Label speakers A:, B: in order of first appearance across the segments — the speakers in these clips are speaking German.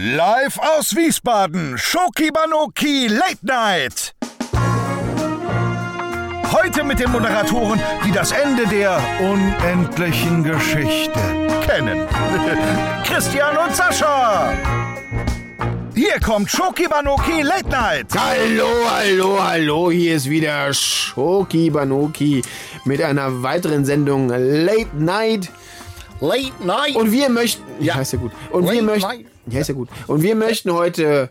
A: Live aus Wiesbaden, Schokibanoki Late Night. Heute mit den Moderatoren, die das Ende der unendlichen Geschichte kennen. Christian und Sascha. Hier kommt Schokibanoki Late Night.
B: Hallo, hallo, hallo, hier ist wieder Schoki Banoki mit einer weiteren Sendung Late Night.
C: Late Night.
B: Und wir möchten.
C: Ja.
B: Ja, ist ja gut. Und wir
C: Late
B: möchten.
C: Night.
B: Ja, ist ja gut. Und wir möchten heute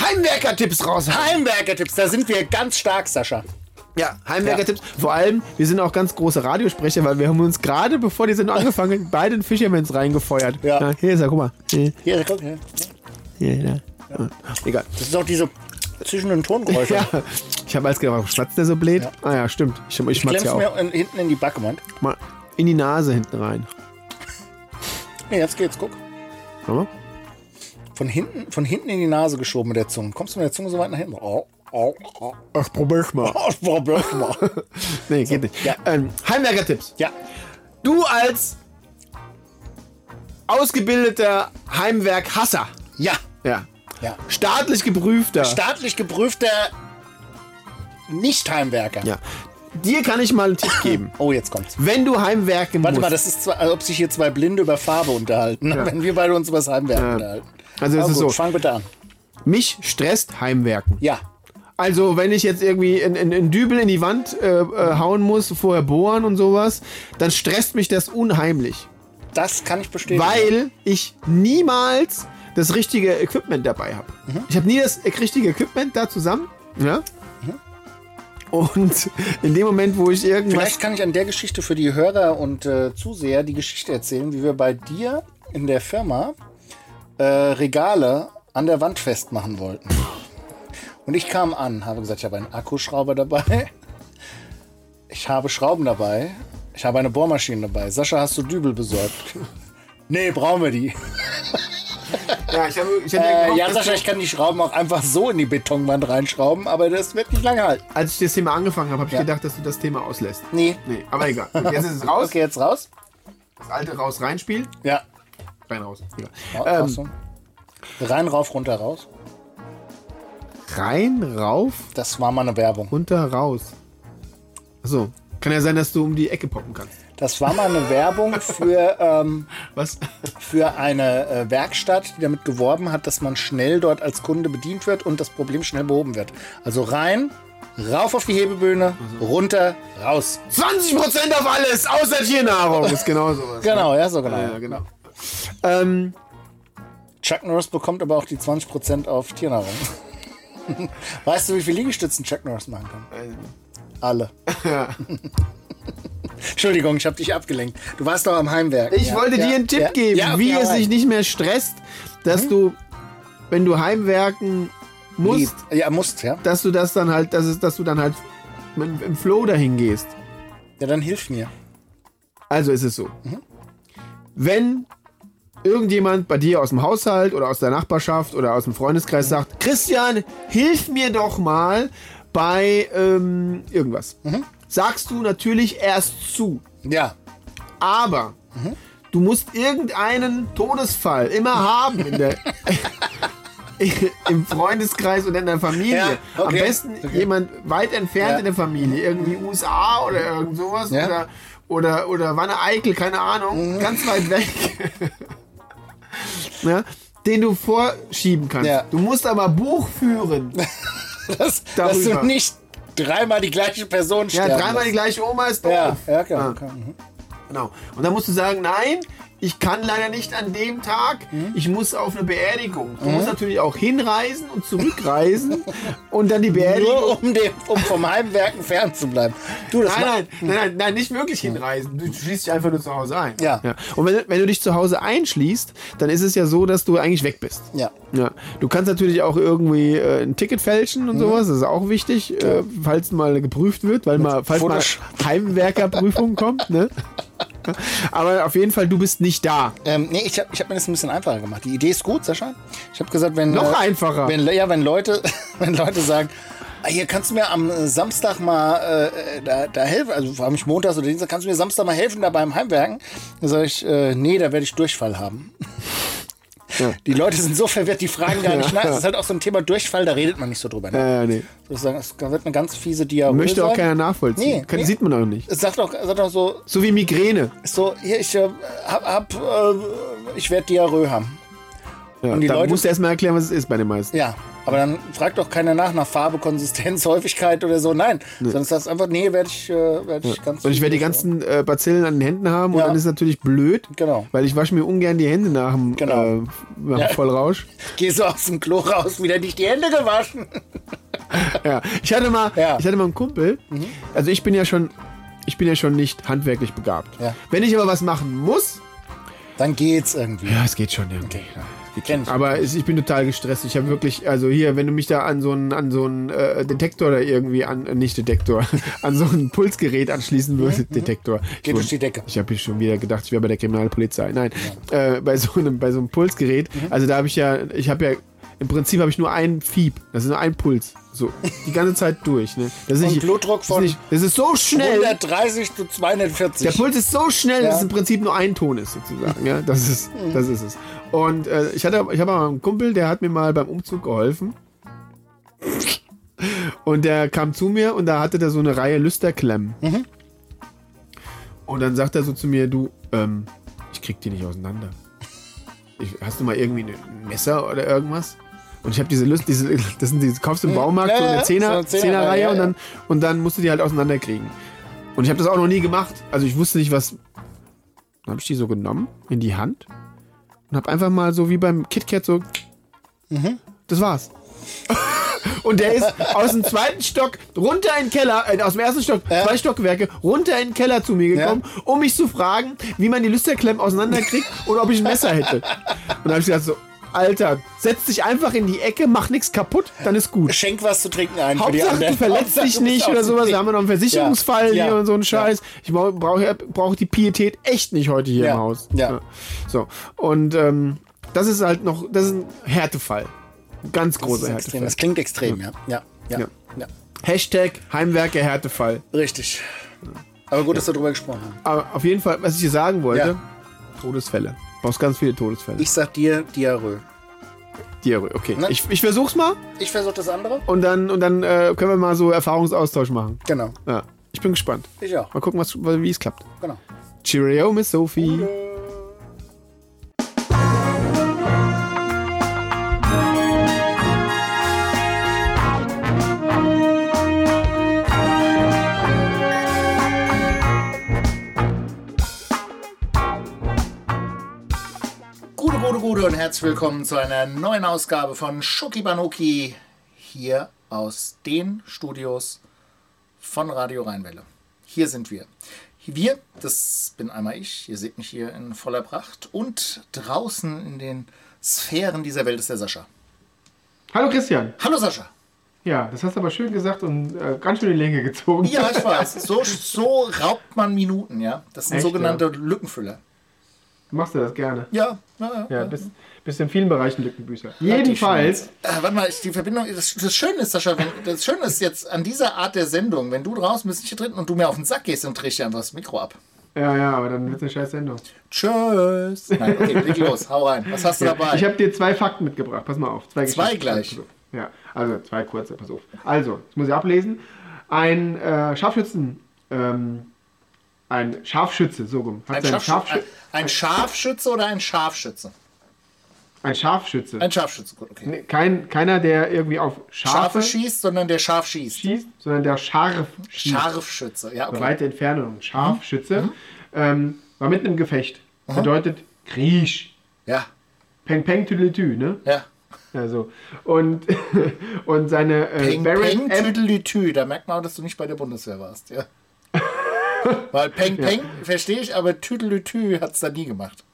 B: Heimwerker-Tipps raus.
C: Heimwerker-Tipps, da sind wir ganz stark, Sascha.
B: Ja, Heimwerker-Tipps. Vor allem, wir sind auch ganz große Radiosprecher, weil wir haben uns gerade, bevor die Sendung angefangen hat, beide in Fishermans reingefeuert.
C: Ja.
B: hier ist er, guck mal. Hier,
C: Hier, guck. ja.
B: hier, da. Ah, Egal.
C: Das ist auch diese zwischen den Tongeräusche.
B: Ja, ich habe alles gedacht, warum schmatzt der so blöd?
C: Ja.
B: Ah ja, stimmt. Ich, ich,
C: Ich
B: schmatz ja
C: klemm's
B: auch.
C: mir in, hinten in die Backe, Mann.
B: Mal in die Nase hinten rein.
C: Nee, jetzt geht's, guck.
B: Schau mal.
C: Von hinten, von hinten in die Nase geschoben mit der Zunge. Kommst du mit der Zunge so weit nach hinten? Oh, oh, oh.
B: Ach, probier's mal.
C: Oh, probier's mal.
B: Nee, geht nicht.
C: ja.
B: Ähm, Heimwerker-Tipps.
C: Ja,
B: Du als ausgebildeter Heimwerk-Hasser.
C: ja,
B: Ja.
C: ja.
B: Staatlich geprüfter.
C: Staatlich geprüfter Nicht-Heimwerker.
B: ja. Dir kann ich mal einen Tipp geben.
C: Oh, jetzt kommt's.
B: Wenn du heimwerken
C: Warte mal,
B: musst.
C: das ist zwar, als ob sich hier zwei Blinde über Farbe unterhalten, wenn wir beide uns über das Heimwerken unterhalten.
B: Also, es
C: Aber
B: ist so.
C: gut, Fang bitte an.
B: Mich stresst Heimwerken.
C: Ja,
B: Also, wenn ich jetzt irgendwie einen- einen einen Dübel in die Wand äh, äh, hauen muss, vorher bohren und sowas, dann stresst mich das unheimlich.
C: das kann ich bestätigen.
B: weil ich niemals das richtige Equipment dabei habe.
C: Mhm.
B: Ich habe nie das richtige Equipment da zusammen. Ja?
C: Mhm.
B: Und in dem Moment, wo ich irgendwas.
C: Vielleicht kann ich an der Geschichte für die Hörer und äh, Zuseher die Geschichte erzählen, wie wir bei dir in der Firma äh, Regale an der Wand festmachen wollten. Und ich kam an, habe gesagt, ich habe einen Akkuschrauber dabei, ich habe Schrauben dabei, ich habe eine Bohrmaschine dabei. Sascha, hast du Dübel besorgt? Nee, brauchen wir die.
B: Ja, ich habe ich hab
C: Äh, ja, Sascha, ich kann die Schrauben auch einfach so in die Betonwand reinschrauben, aber das wird nicht lange halten.
B: Als ich das Thema angefangen habe, habe ich
C: Ja.
B: gedacht, dass du das Thema auslässt.
C: Nee.
B: Nee, aber egal. Gut, Jetzt ist es raus.
C: Okay, jetzt raus.
B: Das alte raus, rein Spiel.
C: Ja.
B: Rein, raus. Egal.
C: Ra- raus so. Rein, rauf, runter, raus.
B: Rein, rauf,
C: Das war mal eine Werbung.
B: runter, raus. Achso. Kann ja sein, dass du um die Ecke poppen kannst.
C: Das war mal eine Werbung für, ähm,
B: Was?
C: für eine äh, Werkstatt, die damit geworben hat, dass man schnell dort als Kunde bedient wird und das Problem schnell behoben wird. Also rein, rauf auf die Hebebühne, runter, raus.
B: 20% auf alles, außer Tiernahrung. Ist genau sowas.
C: Genau, ja, so genau.
B: Ja, ja, genau. Ähm,
C: Chuck Norris bekommt aber auch die 20% auf Tiernahrung. weißt du, wie viele Liegestützen Chuck Norris machen kann? Alle. Entschuldigung, ich habe dich abgelenkt. Du warst doch am Heimwerk.
B: ich wollte dir einen Tipp geben, wie es dich nicht mehr stresst, dass du, wenn du heimwerken musst,
C: musst. Ja, musst, ja.
B: dass du das dann halt, dass, es, dass du dann halt mit, im Flow dahin gehst.
C: Ja, dann hilf mir.
B: Also ist es so. Wenn irgendjemand bei dir aus dem Haushalt oder aus der Nachbarschaft oder aus dem Freundeskreis sagt, Christian, hilf mir doch mal bei ähm, irgendwas, sagst du natürlich erst zu.
C: Ja,
B: Aber du musst irgendeinen Todesfall immer haben in der, im Freundeskreis und in der Familie.
C: Ja,
B: Am
C: okay,
B: besten
C: okay.
B: jemand weit entfernt
C: Ja.
B: in der Familie, irgendwie USA oder irgend sowas
C: Ja. Mhm.
B: oder, oder, oder Wanne Eickel, keine Ahnung, ganz weit weg. ja, den du vorschieben kannst.
C: Ja.
B: Du musst aber Buch führen.
C: dass, dass du
B: Darüber.
C: nicht dreimal die gleiche Person
B: Ja,
C: sterben
B: dreimal die
C: lässt.
B: gleiche Oma ist doof.
C: Ja, ja, klar.
B: Ja.
C: klar, mhm.
B: Genau. Und dann musst du sagen, nein, ich kann leider nicht an dem Tag,
C: Mhm.
B: ich muss auf eine Beerdigung. Du musst natürlich auch hinreisen und zurückreisen und dann die Beerdigung.
C: Nur um, dem, um vom Heimwerken fernzubleiben. Du, das
B: Nein,
C: ma-
B: nein, nein, nein, nein, nicht wirklich hinreisen. Du schließt dich einfach nur zu Hause ein.
C: Ja.
B: Und wenn, wenn du dich zu Hause einschließt, dann ist es ja so, dass du eigentlich weg bist.
C: Ja.
B: Ja. Du kannst natürlich auch irgendwie äh, ein Ticket fälschen
C: Mhm.
B: und sowas, das ist auch wichtig, äh, falls mal geprüft wird, weil mal, falls mal
C: Photoshop.
B: Heimwerkerprüfung kommt, ne? Aber auf jeden Fall, du bist nicht da.
C: Ähm, nee, ich habe ich hab mir das ein bisschen einfacher gemacht. Die Idee ist gut, Sascha. Ich habe gesagt, wenn.
B: Noch einfacher.
C: Wenn, ja, wenn Leute, wenn Leute sagen, "Ah, hier kannst du mir am äh, Samstag mal äh, äh, da, da helfen, also vor allem nicht montags oder Dienstag, kannst du mir Samstag mal helfen da beim Heimwerken? Dann sage ich, äh, nee, da werde ich Durchfall haben. Die Leute sind so verwirrt, die fragen gar nicht nach. Das ist halt auch so ein Thema Durchfall, da redet man nicht so drüber. Ne?
B: Äh, nee.
C: Sozusagen, es wird eine ganz fiese Diagnose.
B: Möchte auch keiner nachvollziehen.
C: Nee,
B: Kann,
C: nee.
B: Sieht man auch nicht.
C: Es sagt auch, sagt auch so,
B: So wie Migräne.
C: so, hier, ich äh, hab, hab äh, ich werde Diarrhoe haben.
B: Ja,
C: Und die
B: da
C: Leute-
B: musst du erstmal erklären, was es ist bei den meisten.
C: Ja, aber dann fragt doch keiner nach, nach Farbe, Konsistenz, Häufigkeit oder so. Nein, sondern es sagt einfach, nee, werde ich, äh, werd ich ganz.
B: Und ich werde die ganzen äh, Bazillen an den Händen haben und
C: Ja.
B: dann ist es natürlich blöd,
C: Genau.
B: weil ich wasche mir ungern die Hände nach dem,
C: Genau.
B: äh, nach dem Vollrausch.
C: Geh so aus dem Klo raus, wieder nicht die Hände gewaschen.
B: Ja. Ich hatte mal,
C: Ja.
B: ich hatte mal einen Kumpel. Also ich bin ja schon, ich bin ja schon nicht handwerklich begabt.
C: Ja.
B: Wenn ich aber was machen muss,
C: Dann geht's irgendwie.
B: ja, es geht schon irgendwie.
C: Die kenn ich.
B: Aber es, ich bin total gestresst. Ich habe wirklich, also hier, wenn du mich da an so einen, an so einen äh, Detektor oder irgendwie an, äh, nicht Detektor, an so ein Pulsgerät anschließen würdest, Detektor.
C: Geht
B: Ich
C: Mhm. durch
B: wurd-
C: die Decke.
B: Ich habe hier schon wieder gedacht, ich wäre bei der Kriminalpolizei. Nein, äh, bei so einem, bei so einem Pulsgerät.
C: Mhm.
B: Also da habe ich ja, ich habe ja im Prinzip habe ich nur einen Fieb. Das ist nur ein Puls. So, die ganze Zeit durch. Ne? Das ist
C: Und Blutdruck
B: das ist
C: von
B: nicht, Das ist so schnell.
C: 130 zu
B: Der
C: 240.
B: Puls ist so schnell, dass
C: Ja.
B: es im Prinzip nur ein Ton ist, sozusagen. Ja, das ist, das ist es. Und äh, ich hatte, ich habe mal einen Kumpel, der hat mir mal beim Umzug geholfen. Und der kam zu mir und da hatte der so eine Reihe Lüsterklemmen. Und dann sagt er so zu mir, du, ähm, ich krieg die nicht auseinander. Ich, hast du mal irgendwie ein Messer oder irgendwas? Und ich habe diese Lust, diese, das sind diese, kaufst du im Baumarkt
C: Ja,
B: so eine
C: ja,
B: Zehner,
C: so eine Zehnerreihe,
B: Zehnerreihe
C: ja,
B: und
C: ja.
B: dann und dann musst du die halt auseinanderkriegen. Und ich habe das auch noch nie gemacht. Also ich wusste nicht, was. Dann habe ich die so genommen in die Hand und habe einfach mal so wie beim KitKat so. Das war's. und der ist aus dem zweiten Stock runter in den Keller, äh, aus dem ersten Stock, zwei Stockwerke, runter in den Keller zu mir gekommen, um mich zu fragen, wie man die Lüsterklemmen auseinanderkriegt und ob ich ein Messer hätte. Und dann habe ich gesagt so, Alter, setz dich einfach in die Ecke, mach nichts kaputt, dann ist gut.
C: Schenk was zu trinken ein für die
B: Hauptsache,
C: anderen.
B: du verletzt
C: Hauptsache,
B: dich
C: du bist
B: nicht
C: aus
B: oder
C: dem
B: sowas.
C: Weg.
B: Da haben wir noch einen Versicherungsfall
C: Ja,
B: hier
C: ja,
B: und so einen
C: ja.
B: Scheiß. Ich brauche brauch, brauch die Pietät echt nicht heute hier
C: Ja,
B: im Haus.
C: ja.
B: So. Und ähm, das ist halt noch, das ist ein Härtefall. Ein ganz
C: Das,
B: großer
C: ist extrem.
B: Härtefall.
C: das klingt extrem, ja. Ja, ja,
B: Ja.
C: ja.
B: Hashtag Heimwerker Härtefall.
C: Richtig. Aber gut, dass wir drüber gesprochen haben.
B: Aber auf jeden Fall, was ich dir sagen wollte,
C: Ja.
B: Todesfälle. Du brauchst ganz viele Todesfälle.
C: Ich sag dir Diarrhoe.
B: Diarrhoe, okay.
C: Ne?
B: Ich, ich versuch's mal
C: Ich versuche das andere.
B: und dann, und dann äh, können wir mal so Erfahrungsaustausch machen.
C: Genau.
B: Ja. Ich bin gespannt.
C: Ich auch.
B: Mal gucken, was, wie es klappt.
C: Genau.
B: Cheerio, Miss Sophie.
C: Gute, gute, gute und herzlich willkommen zu einer neuen Ausgabe von Schoki Banoki hier aus den Studios von Radio Rheinwelle. Hier sind wir. Wir, das bin einmal ich, ihr seht mich hier in voller Pracht und draußen in den Sphären dieser Welt ist der Sascha.
B: Hallo Christian.
C: Hallo Sascha!
B: Ja, das hast du aber schön gesagt und äh, ganz schön in die Länge gezogen.
C: Ja, ich weiß, so, so raubt man Minuten, ja. Das sind
B: Echt,
C: sogenannte Lückenfüller.
B: Machst du das gerne.
C: Ja, ja, ja.
B: Ja, bist, bist in vielen Bereichen Lückenbüßer.
C: Äh,
B: Jedenfalls,
C: warte mal, ich- die Verbindung, das, das Schöne ist, Sascha, wenn, das Schöne ist jetzt an dieser Art der Sendung, wenn du draußen bist, nicht hier drin und du mir auf den Sack gehst, dann dreh ich dir einfach das Mikro ab.
B: ja, ja, aber dann wird's eine scheiß Sendung.
C: Tschüss. Nein, okay, leg los, hau rein. Was hast du dabei?
B: Ich habe dir zwei Fakten mitgebracht, pass mal auf. Zwei, Geschichten.
C: gleich.
B: Pass auf. Ja, also zwei kurze, pass auf. Also, ich muss sie ablesen. Ein äh, Scharfschützen, ähm, ein Scharfschütze, so rum. Hat
C: ein,
B: seinen
C: Scharfschü
B: Scharfschü-
C: ein, ein Scharfschütze oder ein Scharfschütze?
B: ein Scharfschütze.
C: Ein Scharfschütze, gut, okay.
B: Kein, keiner, der irgendwie auf Schafe
C: Scharfe schießt, sondern der scharf schießt.
B: schießt, sondern der scharf schießt.
C: Scharfschütze, ja,
B: Eine
C: okay.
B: weite Entfernung,
C: Mhm.
B: Scharfschütze, ähm, war mitten im Gefecht. Bedeutet Kriech.
C: Ja,
B: Peng Peng Tüdelitü, ne?
C: ja.
B: Also. Und, und seine äh,
C: Peng,
B: Barrett
C: peng,
B: M-
C: tüdelitü. Da merkt man auch, dass du nicht bei der Bundeswehr warst, ja. Weil Peng, peng, verstehe ich, aber tüdelitü hat es da nie gemacht.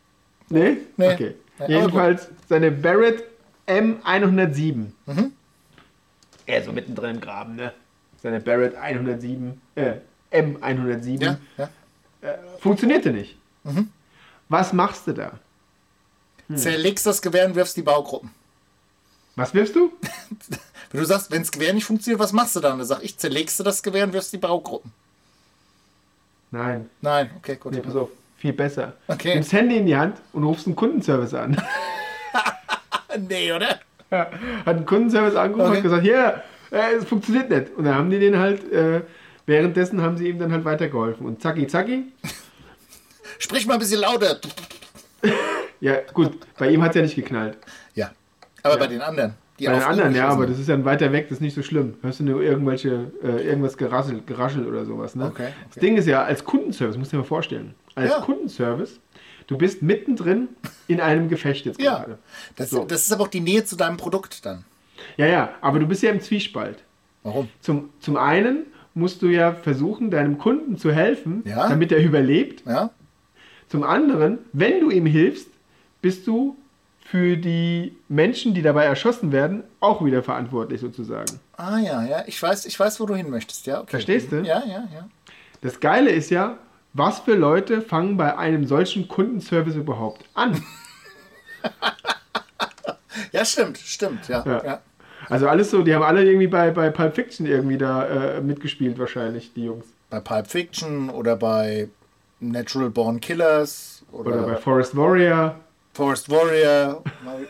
B: Nee?
C: Nee.
B: Okay.
C: Nee, aber Mhm.
B: Jedenfalls seine Barrett M107. Er so mittendrin im Graben, ne? Seine Barrett 107, äh, M107.
C: Ja, Mhm. ja.
B: Funktionierte nicht. Was machst du da? Hm.
C: Zerlegst das Gewehr und wirfst die Baugruppen.
B: Was wirfst du?
C: Wenn du sagst, wenn das Gewehr nicht funktioniert, was machst du dann? Dann sag ich, zerlegst du das Gewehr und wirfst die Baugruppen.
B: Nein.
C: Nein, okay, gut.
B: Nee, pass auf, viel besser.
C: Okay.
B: Nimmst Handy in die Hand und rufst einen Kundenservice an.
C: nee, oder?
B: Ja, hat einen Kundenservice angerufen
C: Okay.
B: und gesagt, hier, äh, es funktioniert nicht. Und dann haben die den halt, äh, währenddessen haben sie ihm dann halt weitergeholfen. Und zacki, zacki.
C: Sprich mal ein bisschen lauter.
B: Ja, gut, bei ihm hat es ja nicht geknallt.
C: Ja. Aber bei den anderen. Die
B: Bei den
C: auf-
B: anderen, ja, aber das ist dann weiter weg, das ist nicht so schlimm. Hörst du nur irgendwelche, äh, irgendwas geraschelt, geraschelt oder sowas, ne?
C: Okay, okay.
B: Das Ding ist ja, als Kundenservice, musst du dir mal vorstellen, als
C: Ja.
B: Kundenservice, du bist mittendrin in einem Gefecht jetzt
C: Ja.
B: gerade.
C: Das,
B: So.
C: das ist aber auch die Nähe zu deinem Produkt dann.
B: Ja, ja, aber du bist ja im Zwiespalt.
C: Warum?
B: Zum, zum einen musst du ja versuchen, deinem Kunden zu helfen,
C: Ja.
B: damit er überlebt.
C: Ja?
B: Zum anderen, wenn du ihm hilfst, bist du für die Menschen, die dabei erschossen werden, auch wieder verantwortlich sozusagen.
C: Ah ja, ja. Ich weiß, ich weiß, wo du hin möchtest, ja. Okay.
B: Verstehst du?
C: Ja, ja, ja.
B: Das Geile ist ja, was für Leute fangen bei einem solchen Kundenservice überhaupt an?
C: Ja, stimmt, stimmt, ja. ja.
B: Ja. Also alles so, die haben alle irgendwie bei, bei Pulp Fiction irgendwie da äh, mitgespielt wahrscheinlich, die Jungs.
C: Bei Pulp Fiction oder bei Natural Born Killers oder,
B: Oder bei Forest Warrior.
C: Forest Warrior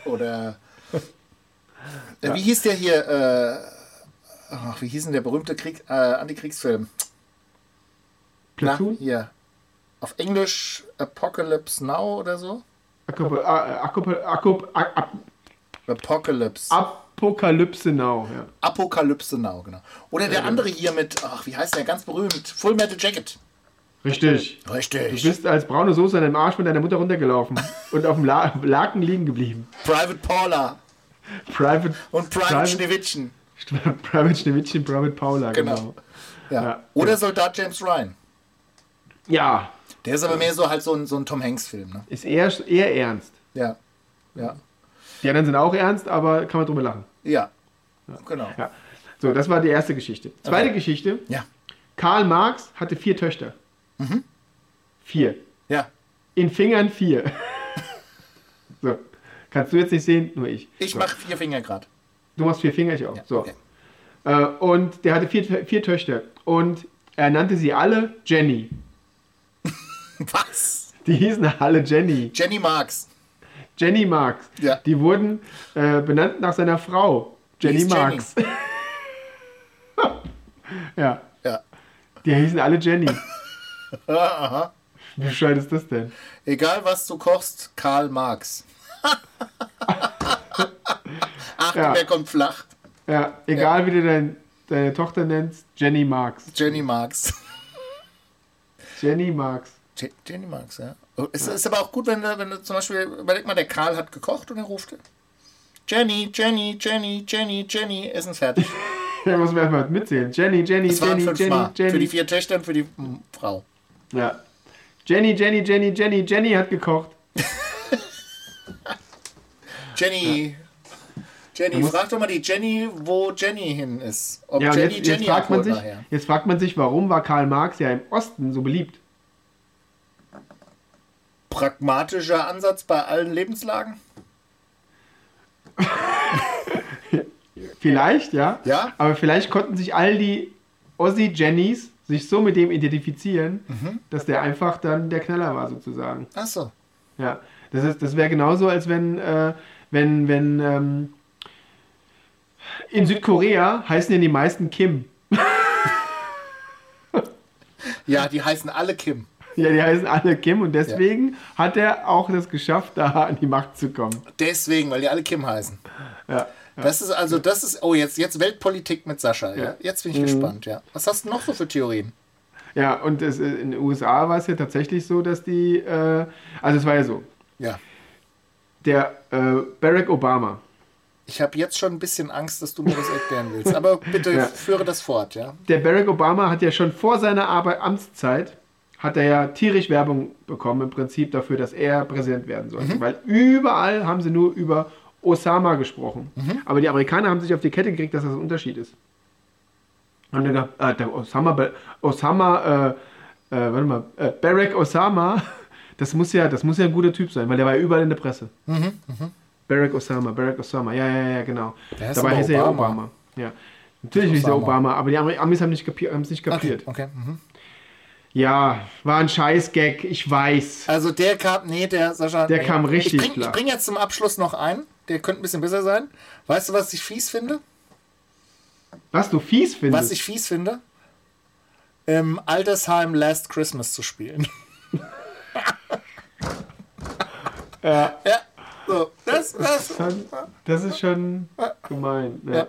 C: oder äh, wie hieß der hier? Äh, ach, wie hieß denn der berühmte Krieg, äh, Antikriegsfilm?
B: Platoon?
C: hier. Auf Englisch Apocalypse Now oder so?
B: Akop Akop Akop Ak-
C: Apocalypse.
B: Ah. Apokalypse Now. Ja.
C: Apokalypse Now, genau. Oder der andere hier mit, ach, wie heißt der? Ganz berühmt. Full Metal Jacket.
B: Richtig. Du
C: Richtig.
B: bist als braune Soße an deinem Arsch von deiner Mutter runtergelaufen und auf dem La Laken liegen geblieben.
C: Private Paula
B: Private,
C: und Private
B: Private-
C: Schneewittchen.
B: Private Schneewittchen, Private Paula, genau.
C: Genau. Ja.
B: Ja.
C: Oder Soldat James Ryan.
B: Ja,
C: Der ist aber mehr so halt so ein, so ein Tom Hanks-Film, ne?
B: ist eher, eher ernst.
C: Ja. Ja.
B: Die anderen sind auch ernst, aber kann man drüber lachen.
C: Ja. Genau.
B: Ja. So, das war die erste Geschichte. Zweite Geschichte.
C: Ja.
B: Karl Marx hatte vier Töchter.
C: Mhm.
B: Vier.
C: Ja.
B: In Fingern vier. so. Kannst du jetzt nicht sehen, nur ich.
C: Ich
B: so.
C: mache vier Finger gerade.
B: Du machst vier Finger, ich auch. so.
C: okay.
B: Äh, und der hatte vier, vier Töchter. Und er nannte sie alle Jenny.
C: Was?
B: Die hießen alle Jenny.
C: Jenny Marks.
B: Jenny Marx.
C: Ja.
B: Die wurden äh, benannt nach seiner Frau. Jenny
C: hieß Jenny.
B: Marx. ja.
C: Ja. Ah,
B: Die hießen alle Jenny. Wie bescheuert ist das denn?
C: Egal was du kochst, Karl Marx. Ach,
B: Ja.
C: der kommt flach.
B: Ja, egal wie du dein, deine Tochter nennst, Jenny Marx.
C: Jenny Marx.
B: Jenny Marx.
C: Je- Jenny Marx, ja. Oh, Es ist aber auch gut, wenn du, wenn du zum Beispiel, überleg mal, der Karl hat gekocht und er ruft Jenny, Jenny, Jenny, Jenny, Jenny, Essen fertig.
B: Da muss man erstmal mitzählen. Jenny, Jenny,
C: Das waren
B: Jenny,
C: fünf
B: Jenny,
C: Mal. Für die
B: Jenny.
C: vier Töchter und für die hm, Frau.
B: Ja. Jenny, Jenny, Jenny, Jenny, Jenny hat gekocht.
C: Jenny. Jenny, frag doch mal die Jenny, wo Jenny hin ist. Ob
B: Ja, und
C: Jenny
B: jetzt, jetzt, fragt man
C: abholt
B: sich,
C: nachher.
B: jetzt fragt man sich, warum war Karl Marx ja im Osten so beliebt?
C: Pragmatischer Ansatz bei allen Lebenslagen?
B: Vielleicht, ja.
C: Ja.
B: Aber vielleicht konnten sich all die Ossi-Jennies sich so mit dem identifizieren, dass der einfach dann der Knaller war, sozusagen.
C: Achso.
B: Ja. Das, ist- das wäre genauso, als wenn, äh, wenn, wenn ähm, in Südkorea heißen ja die meisten Kim.
C: Ja, die heißen alle Kim.
B: Ja, die heißen alle Kim und deswegen hat er auch das geschafft, da an die Macht zu kommen.
C: Deswegen, weil die alle Kim heißen.
B: Ja.
C: Das ist also, das ist, oh, jetzt, jetzt Weltpolitik mit Sascha. Ja.
B: Ja.
C: Jetzt bin ich gespannt, ja. Was hast du noch so für Theorien?
B: Ja, und es, äh, in den USA war es ja tatsächlich so, dass die, äh, also es war ja so,
C: Ja.
B: der äh, Barack Obama,
C: Ich habe jetzt schon ein bisschen Angst, dass du mir das erklären willst. Aber bitte
B: Ja.
C: führe das fort, ja.
B: der Barack Obama hat ja schon vor seiner Arbeit, Amtszeit, hat er ja tierisch Werbung bekommen im Prinzip dafür, dass er Präsident werden sollte.
C: Mhm.
B: Weil überall haben sie nur über Osama gesprochen.
C: Mhm.
B: Aber die Amerikaner haben sich auf die Kette gekriegt, dass das ein Unterschied ist. Und dann gedacht, äh, der Osama, Ba- Osama, äh, äh, warte mal, äh, Barack Osama, das muss, ja, das muss ja ein guter Typ sein, weil der war ja überall in der Presse.
C: Mhm,
B: Barack Osama, Barack Osama, ja, ja, ja, genau.
C: Der heißt
B: Dabei
C: aber
B: hieß er ja
C: Obama.
B: Obama. Ja. Natürlich hieß er
C: Osama.
B: Obama, aber die Ami- Amis haben nicht kapi- haben es nicht kapiert.
C: okay. Mhm.
B: Ja, war ein Scheiß-Gag, ich weiß.
C: Also der kam, nee, der Sascha.
B: Der
C: nee.
B: kam richtig
C: ich bring,
B: flach.
C: Ich bringe jetzt zum Abschluss noch ein. der könnte ein bisschen besser sein. Weißt du, was ich fies finde?
B: Was du fies findest.
C: Was ich fies finde? Im Altersheim Last Christmas zu spielen.
B: ja,
C: ja, so. Das, das.
B: schon, das ist schon gemein. Ja.
C: Ja.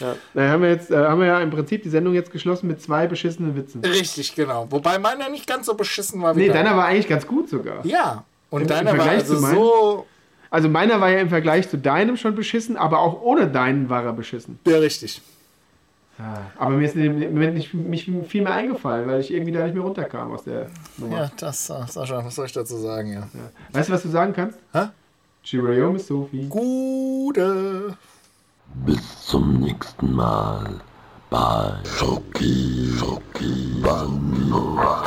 B: Ja. Da haben wir, jetzt, da haben wir ja im Prinzip die Sendung jetzt geschlossen mit zwei beschissenen Witzen.
C: Richtig, genau. Wobei meiner nicht ganz so beschissen war wie
B: Nee,
C: dein.
B: deiner war eigentlich ganz gut sogar.
C: Ja. Und
B: Im- im
C: deiner war
B: Vergleich
C: also
B: zu meinem?
C: so.
B: Also meiner war ja im Vergleich zu deinem schon beschissen, aber auch ohne deinen war er beschissen.
C: Ja, richtig.
B: Aber mir ist in dem Moment nicht mich viel mehr eingefallen, weil ich irgendwie da nicht mehr runterkam aus der Nummer.
C: Ja, das, äh, Sascha, was soll ich dazu sagen, ja.
B: Weißt du, was du sagen kannst?
C: Hä?
B: Cheerio, Miss Sophie.
C: Gute.
D: Bis zum nächsten Mal bei Schoki, Schoki, Bano.